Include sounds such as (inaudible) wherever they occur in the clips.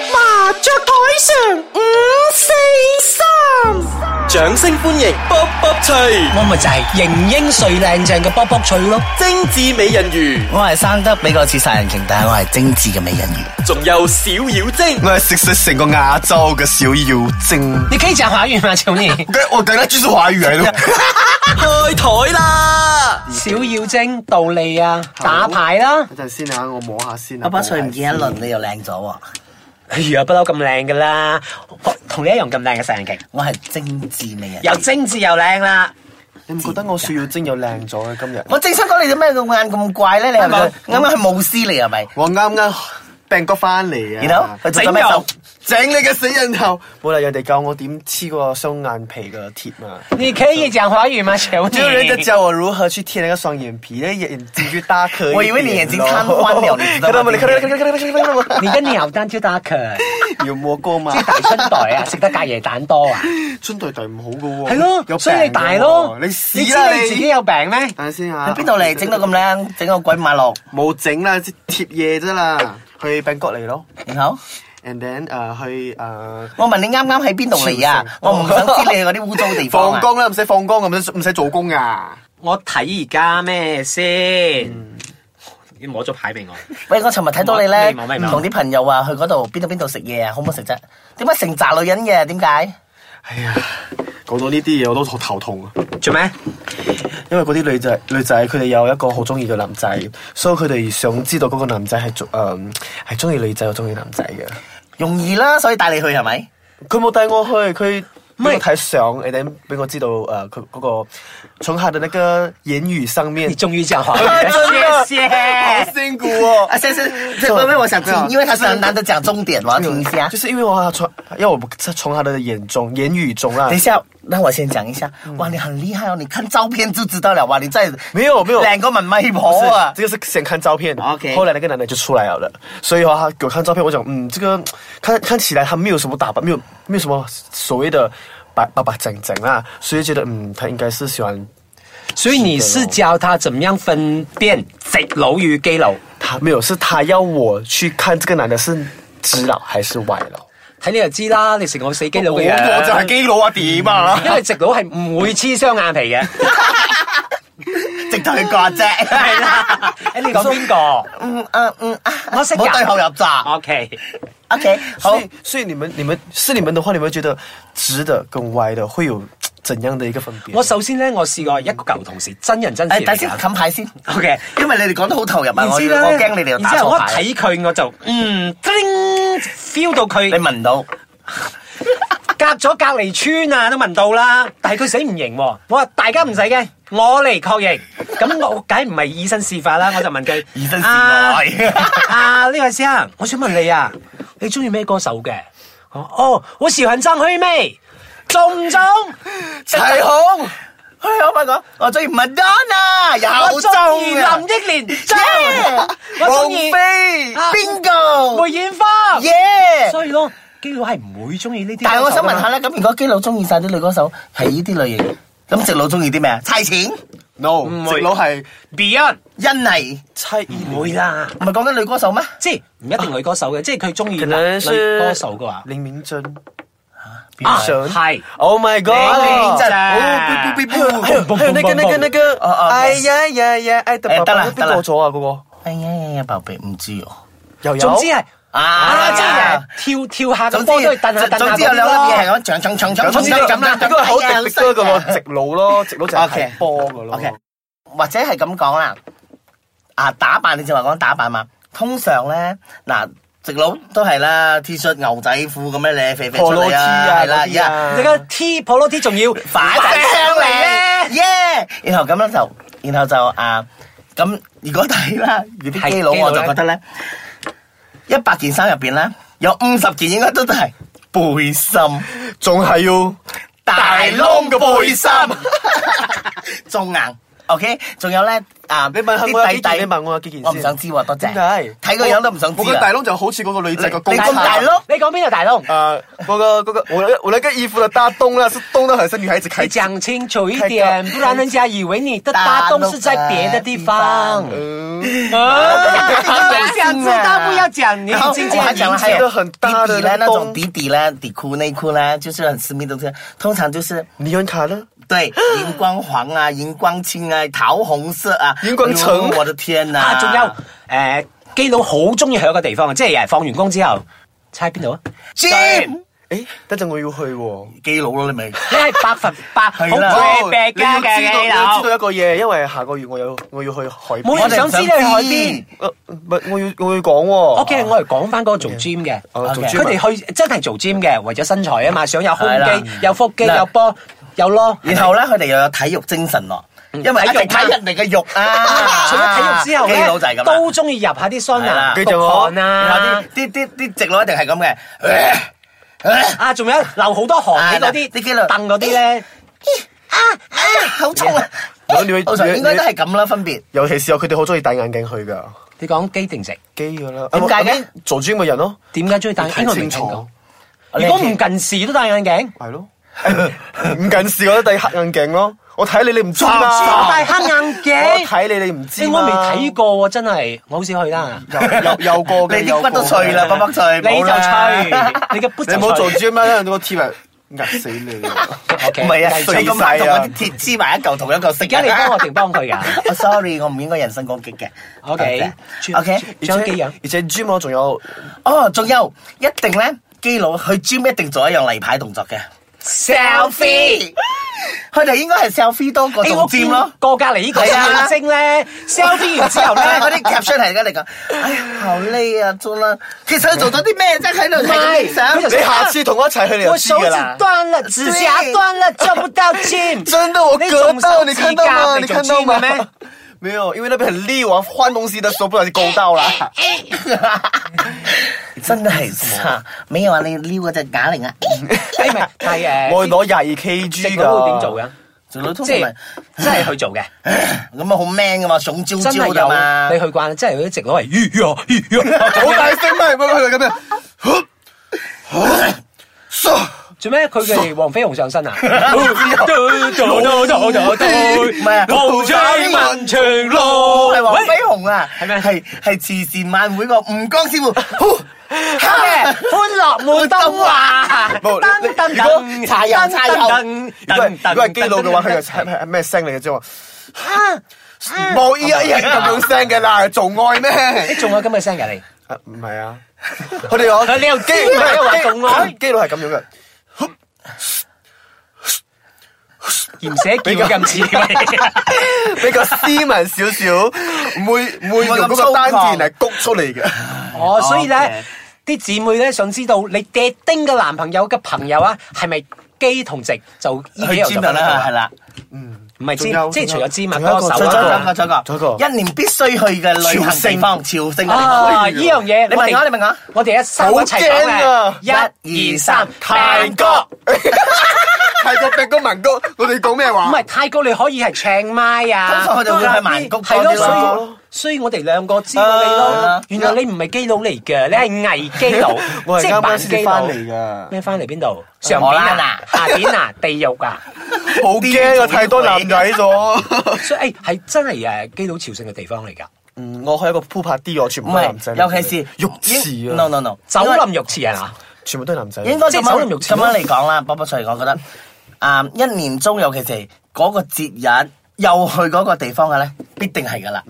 雀台上五四三，掌聲歡迎卜卜脆，我咪就係型英帥靚正嘅卜卜脆咯，精緻美人魚，我係生得比較似殺人鯨，但係我係精緻嘅美人魚。仲有小妖精。我係食食成個亞洲嘅小妖精。你可以講華語嘛，少 (laughs) 年？梗我梗係專屬華語嚟咯。開台啦！小妖精、道理啊，打牌啦。等陣先啊，我摸下先啊。阿伯翠唔見一輪，你又靚咗喎！哎呀，不嬲咁靚噶啦，同你一樣咁靚嘅殺人鯨，我係精緻美人。又精緻又靚啦。你唔覺得我小妖精又靚咗嘅今日？我正想講你做咩個眼咁怪咧？你係咪啱啱係巫師嚟啊係咪？我啱啱病過翻嚟啊！然後佢做咗咩整容手？整你嘅死人頭！冇理由人哋教我點黐個雙眼皮嘅貼啊嘛。你可以講華語嗎，少就有人在教我如何去貼那個雙眼皮，那眼睛就大顆一點咯。我以為你眼睛癱瘓了你知道嗎看到 (laughs) 冇？你看到看到看到看到看到看到你嘅尿蛋超得佢，冇？有摸過 (laughs) 嘛即？係大春袋啊，食得隔夜蛋多啊。春袋袋唔好噶喎。係咯，有所以你病大㗎咯喎。你屎知啦你自己有病咩？等下先喺啊！邊度嚟？整到咁靚，整個鬼馬路，冇整啦，即係貼嘢啫啦。去病國嚟咯然後，and then 誒去呃誒。我問你啱啱喺邊度嚟啊？我唔想知你嗰啲污糟地方哎放啊！工啦，唔使放工，唔使唔使做工啊噶。我睇而家咩先？你摸咗牌俾我，喂，我尋日睇到你咧，未冇未冇同啲朋友啊去嗰度邊度邊度食嘢啊，好唔好食啫？點解成扎女人嘅？點解？哎呀，講到呢啲嘢我都好頭痛啊！做咩？因為嗰啲女仔女仔佢哋有一個好中意嘅男仔，所以佢哋想知道嗰個男仔係做誒係中意女仔，又中意男仔嘅。容易啦，所以帶你去係咪？佢冇帶我去，佢唔俾係我睇相，你哋俾我知道誒佢嗰個從他的那個言語上面你，終於講華啊語了，謝謝好。辛苦哦。啊，先生，這位我想聽，因為他是很難得講重點，我要聽一下就。是因為我從因為我從他的眼中言語中啊啦等一，下，那我先講一下。嗯哇，你很厲害哦，你看照片就知道了哇，你真係沒有沒有靚過文咪婆是啊！这个是先看照片 OK 后来那个男的就出来了的，所以的话他给我看照片，我讲嗯，这个看看起来他没有什么打扮，没有没有什么所谓的白白白整整啦，所以觉得嗯，他应该是喜欢所以你是教他怎麼樣分辨直佬與基佬？他没有，是他要我去看这个男的是直佬还是歪佬。睇你就知啦，你成個死基佬我嘅樣。就係基佬啊，點啊？因為直佬係唔會黐雙眼皮嘅。直頭去割啫，係啦。 (laughs) 誒你講邊個嗯嗯嗯，啊我識㗎冇對號入閘。 ？O K， OK，好所。以所以你们你们是你们的话，你们觉得直的跟歪的会有怎样的一个分别？我首先咧，我試過一個舊同事，真人真事誒，等嚟先，㗎。冚牌先， O K，因為你哋講得好投入啊，我然我之後咧驚你哋又然打之後錯我牌。啊睇佢我就嗯叮 feel 到佢你聞到隔咗隔離村啊，都聞到啦。但係佢死唔認喎。我話大家唔使驚，我嚟確認。咁我梗係唔係以身試法啦，我就問佢：以身試啊愛啊，呢位先生，我想問你啊，你中意咩歌手嘅？我話哦，我喜歡張惠妹，中唔中？齊紅，哎我咪講，我中意 Madonna，有我中意中林啊，憶蓮，à? 中。我 Yeah！中意王菲啊梅，Bingo，艷芳。耶！所以咯，基佬係唔會中意呢啲歌手㗎嘛。但係我想問下咧，咁如果基佬中意晒啲女歌手係呢啲類型，咁直佬中意啲咩啊？猜錢、欣 no，嗯唔直會佬係，Beyond 妮，猜疑唔會啦。唔係講緊女歌手咩？即係唔一定女歌手嘅，即係佢中意男女歌手嘅話，林明珍。啊神係 Oh my God！林明珍哦，不不不不，還有還有還有那個蹦蹦那蹦個那個，哦哦哎呀呀呀，哎得哎得啦啦，得啦邊個咗啊嗰哎呀呀呀，寶貝，唔知哦。個？又有。總之係 À, 啊，知啊！即係跳跳下個總波之都係蹬下蹬下總之有兩粒嘢係咁，長長長長總之咁啦，呢個係好直直哥嘅咯，直佬咯，直佬就係 OK 睇波嘅咯。 OK，或者係咁講啦，啊打扮你就話講打扮嘛，通常咧嗱。直佬都係啦，T 恤牛仔褲咁樣你肥肥出嚟啊，係啦，而家你個 T polo T 仲要擺反晒上上嚟咧嚟，咧，耶！然後咁樣就，然後就啊，咁如果睇啦，如啲基佬係基佬我就咧覺得咧，一百件衫入邊咧，有五十件應該都係背心。仲係要 (laughs) 大窿嘅背心，仲硬。OK，仲有咧啊，你問下我有幾啲弟件，弟你問我有幾件我唔想知喎，多謝。點解？睇個樣都唔想知我啊個大窿就好似嗰個女仔個公你咁大窿。碌，你講邊度大窿？Ờ, 呃，我個嗰個我那我那個衣服的大洞呢，是洞到很像女孩子你開槍。講清楚一點，不然人家以為你的大洞是在別的地方。 (laughs) 啊，想知道不要講， (laughs) 你然后今我天还讲了，还一个有很大的底底呢，那那种种底底呢，底裤、内裤呢，就是很私密的东西，通常就是你用卡呢？对荧光黄啊、荧光青啊、桃红色啊、荧光橙哎呦我的天呐、啊，仲有誒基佬好中意去一個地方，即係人放完工之後，猜邊度啊？ Jim 誒，等陣我要去喎。基佬咯，你咪你係百分百好 (laughs) 係啦嘅病哦你家要知道，嘅你基要知佬。道一個嘢，因為下個月我有我要去海冇人邊。想知你去海邊。呃唔係，我要我要講喎。 OK，我嚟講翻嗰個做 gym 嘅，哦做 gym 啊佢哋去真係做 gym 嘅，為咗身材啊嘛，想有胸係啦肌、有腹肌、嗱有波、有咯。然後咧，佢哋又有體育精神咯，嗯因為一定睇人哋嘅肉啊。 (laughs) 除咗體育之後基佬就係咧，咁都中意入下啲桑係拿、啦繼續焗我汗啊啦。，啲啲啲啲直佬一定係咁嘅。呃呃啊，仲有流好多汗喺嗰啲啊嗱啲基佬凳嗰啲咧，啊啊，好痛啊！我你會通常你應該都係咁啦，分別。尤其是有佢哋好中意戴眼鏡去㗎，你講機定直？機㗎啦。點解嘅啊咁做 gym 嘅人咯，點解中意戴？哎睇應該未清聽楚啊過。。如果唔近視都戴眼鏡，係咯， (laughs) 唔近視我都戴黑眼鏡咯。我睇你你唔知嘛。仲戴黑眼啊我鏡。睇你你唔啊知你嘛我未睇過喎，真係我好少去啦。有有有 (laughs) 過嘅，你啲骨都脆啦，卜卜脆，你就冇啦 (laughs) 吹，你嘅 boot 你就唔好做吹。 gym 啦，我貼啊壓死你啊！ OK，唔係啊，繼續碎你咁晒快啊同我啲鐵黐埋一嚿同一個色。而家你幫我定幫 (laughs) 佢㗎？我 à. Ờ, sorry，我唔應該人身攻擊嘅。 OK，Ờ, dạ. OK， (laughs) 仲有幾樣？而且 gym 我仲有哦，仲有一定咧，基佬去 gym 一定做一樣例牌動作嘅 selfie，佢 (laughs) 哋應該係 selfie 多過做 gym 咯。哎過隔離呢個係啊眼睛 (laughs) 咧，selfie 完之後後咧 (laughs) 咧，嗰啲 caption 係而家嚟講，哎呀好累啊，做啦。其實佢做咗啲咩啫？喺度睇唔咁係佢就你想，下次同我一齊去你就我知手㗎指啦。斷了，指甲斷了，做不到 gym。 (laughs) 真的，我割到，你看到吗？你你仲看手到指甲你仲 gym 嘅咩吗？没有，因为那边很利，我换东西的时候不小心勾到了。 (laughs) 真係差。美有話你撩嗰隻啞鈴啊，哎誒唔係係呃誒，我攞廿二 kg 直噶。佬會點做？嘅？做到通即係常。真係去做 (laughs) 嘅， (clears throat) 咁啊好 man 噶嘛，怂招真係招噶嘛有。你去慣，真係嗰啲直佬係咦呀咦呀好大聲咩？喂喂喂咁樣，哼哼嗖做咩佢嘅黃飛鴻上身啊？唔係啊豪仔問長路係黃飛鴻啊，係咩係係慈善晚會個吳 (laughs) 江師傅，歡樂滿東華，冇你噔噔你如果噔，柴油柴油噔如果係噔如果係基佬嘅話，佢就噔係係咩聲嚟嘅啫喎？冇依家依家咁樣聲嘅啦，做愛咩？仲有咁嘅聲㗎你？啊，唔係啊，佢哋講佢你又知基佢又話做愛基基佬係咁樣嘅。鹽寫叫咁似你， (laughs) 比較斯文少 (laughs) 少，唔會唔會用嗰個單字嚟谷出嚟嘅。 (laughs) 哦，所以咧 OK 啲姊妹咧想知道你爹丁嘅男朋友嘅朋友啊，係咪基同直就呢幾樣去就尖分得啦到啦係啦，唔係仲有芝，即係除咗芝麻仲有多一個手仲再有一個啊講再講仲有一個一年必須去嘅旅行地方，朝聖嘅地方。啊！呢啊樣嘢，你問我你問我我哋一三個一齊好講驚啊嘅，一二三，泰國，泰國病哥民哥，我哋講咩話？，唔係泰國，你可以係唱麥啊，通常佢哋會去曼谷係咯，多啲咯所以所以我哋兩個知道你咯啊，原來你唔係基佬嚟嘅，你係偽基佬我係即啱係啱扮先基至佬翻嚟㗎咩翻嚟邊度？上邊荷蘭啊啊，下邊啊，地獄啊！好驚啊！太多男 (laughs) 仔咗。所以誒哎係真係誒基佬朝聖嘅地方嚟㗎，嗯，我去一個 pool party，我全唔部都係男仔係，嚟尤嘅。其是浴池啊 No no no，酒林浴池係啊嘛？全部都係男仔。應該咁即係走入樣浴池咁咯樣嚟講啦，波波翠，我覺得啊，一年中尤其是嗰個節日又去嗰個地方嘅咧，必定係噶啦。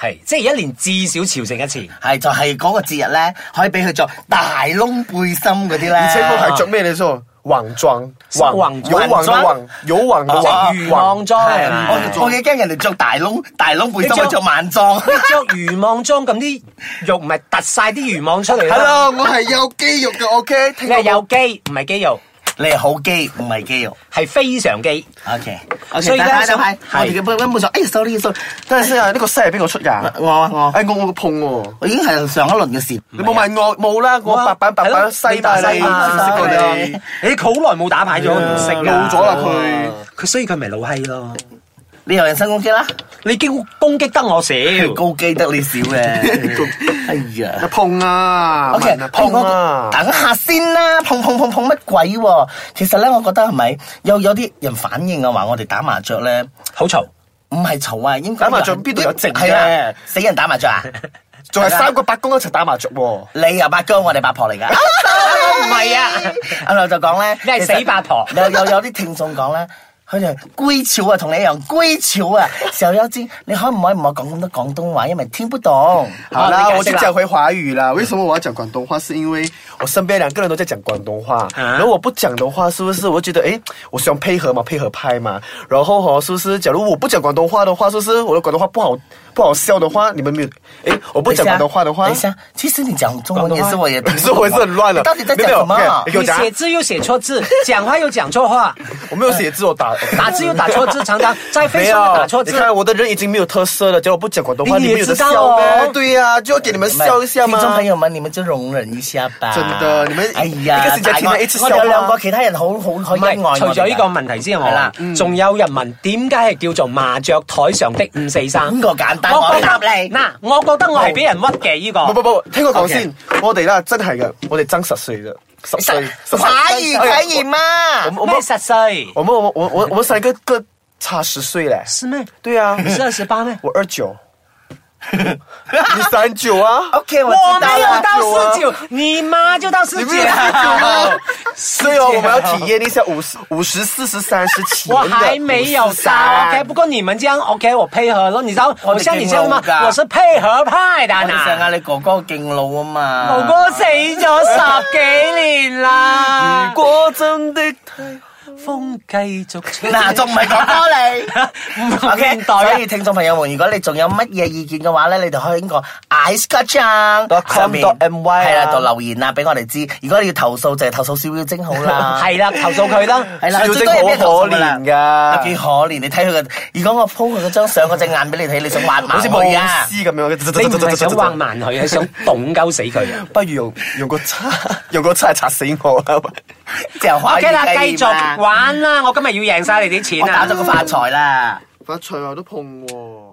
係，即係一年至少朝聖一次。係就係嗰個節日咧，可以俾佢着大窿背心嗰啲咧。而且我係着咩嚟啫？橫裝，橫有橫嘅橫，有橫嘅啊橫，即係魚網裝係嘛我我幾驚人哋着大窿大窿你背心，着我着晚裝。哦你着漁網裝咁啲肉唔係突晒啲漁網出嚟啦？ Hello，我係有肌肉嘅，OK 聽你係過冇。有肌唔係肌肉，你係好基唔係基肉係非常肌。 ？OK，所以呢大家想都係我係哋嘅本本本上，哎，sorry sorry，等陣先啊！呢個聲係邊個出㗎？我啊我啊哎，我我碰喎。我已經係啊上一輪嘅事。你冇問我冇啦，我啊白板白板西嘛你，係唔識咯過你打西你嘛，啊你好耐冇打牌咗，唔識㗎啊老咗啦佢。佢所以佢咪老閪咯。你又人身攻擊啦，你攻攻擊得我少，高基得你少 (laughs) 嘅。哎呀碰啊，OK，哎問啊碰我，啊等下先啦，碰碰碰碰乜鬼喎？其實咧，我覺得係咪有有啲人反應啊，話我哋打麻雀咧好嘈。唔係嘈啊，應該打麻雀邊度有靜啫係啦，死人打麻雀啊！ (laughs) 仲係三個八公一齊打麻雀喎。你又八哥，我哋八婆嚟噶。唔係啊，阿劉就講咧，你係其實死八婆有有有啲聽眾講咧。佢哋龜潮啊，同你一樣龜潮啊！小妖精，你可唔可以唔好講咁多廣東話，因為聽不懂。好好啦，你我解就釋啦講回華語啦。为什么我要讲广东话？是因为我身边两个人都在讲广东话，然后我不讲的话，是不是我觉得诶，我喜欢配合嘛，配合拍嘛。然后哈、是不是？假如我不讲广东话的话，是不是我的广东话不好不好笑的话，你们没有？诶，我不讲广东话的话等一，下，其實你講中文也是我也聽不是懂啊我是很乱了。你到底在没講什有没有麼你？给我你讲啊，寫字又寫錯字， (laughs) 講話又講錯話，我没有写字，我打打字又打錯字，常常在没 Facebook 有打錯你字。看我的人已经没有特色了，假如我不讲广东话，你你也们有的知道笑哦呗。对呀、就要给你们笑一下嘛。听众朋友们，你们就容忍一下吧。真的你们哎呀，一個星期大見愛你一次我笑哋有嗎兩個其他人好好好唔可以愛係我哋除㗎咗呢個問題之係外啦，仲有人問點解係叫做麻雀台上的五四三？呢嗯個簡單我我覺答得你嗱，我覺得我係俾人屈嘅呢不個。不不，聽我講先我哋啦真係嘅，我哋爭十歲嘅，十歲，十歲可以可以嘛？我們我咩們十歲？我們我們我我我們三個各差十歲嘞，是咩？對啊，你是二十八咩？我二九，你三九啊， OK，我我没知道有了。到十九，你妈就到十你九不是十九吗？所以哦，我們要體驗一下五十、五十、四十、三十起 (laughs) 我还没有到，OK。不过你们这样 OK，我配合了。你知道我我得像你这样吗敬老？噶我是配合派的我哋想呢。嗌你哥哥敬老啊嘛。我哥死咗十几年啦，果真的风继续吹。嗱，仲唔係 (laughs) 哥哥你唔？OK，現代啊所以聽眾朋友們，如果你仲有乜嘢意見嘅話咧，你哋可以經過 icekacang.com.my .com.my 係啦，度留言啊，俾我哋知。如果你要投訴就係投訴小妖精好啦。系啦，投诉佢啦。係啦，小最精多有咩投訴㗎啦好可憐㗎有幾可憐？你睇佢嘅，如果我 po 佢嗰張相嗰隻眼俾你睇，你想挖埋好似佢啊冇？絲咁樣，你唔係想橫慢佢，係想動鳩死佢 (laughs) 啊不如用用個叉，用個叉嚟擦死我啊啦！就可以！OK 啦，計繼續嘛玩啦！我今日要贏晒你啲我錢打啊咗！個發財啦。啊發財我都碰喎。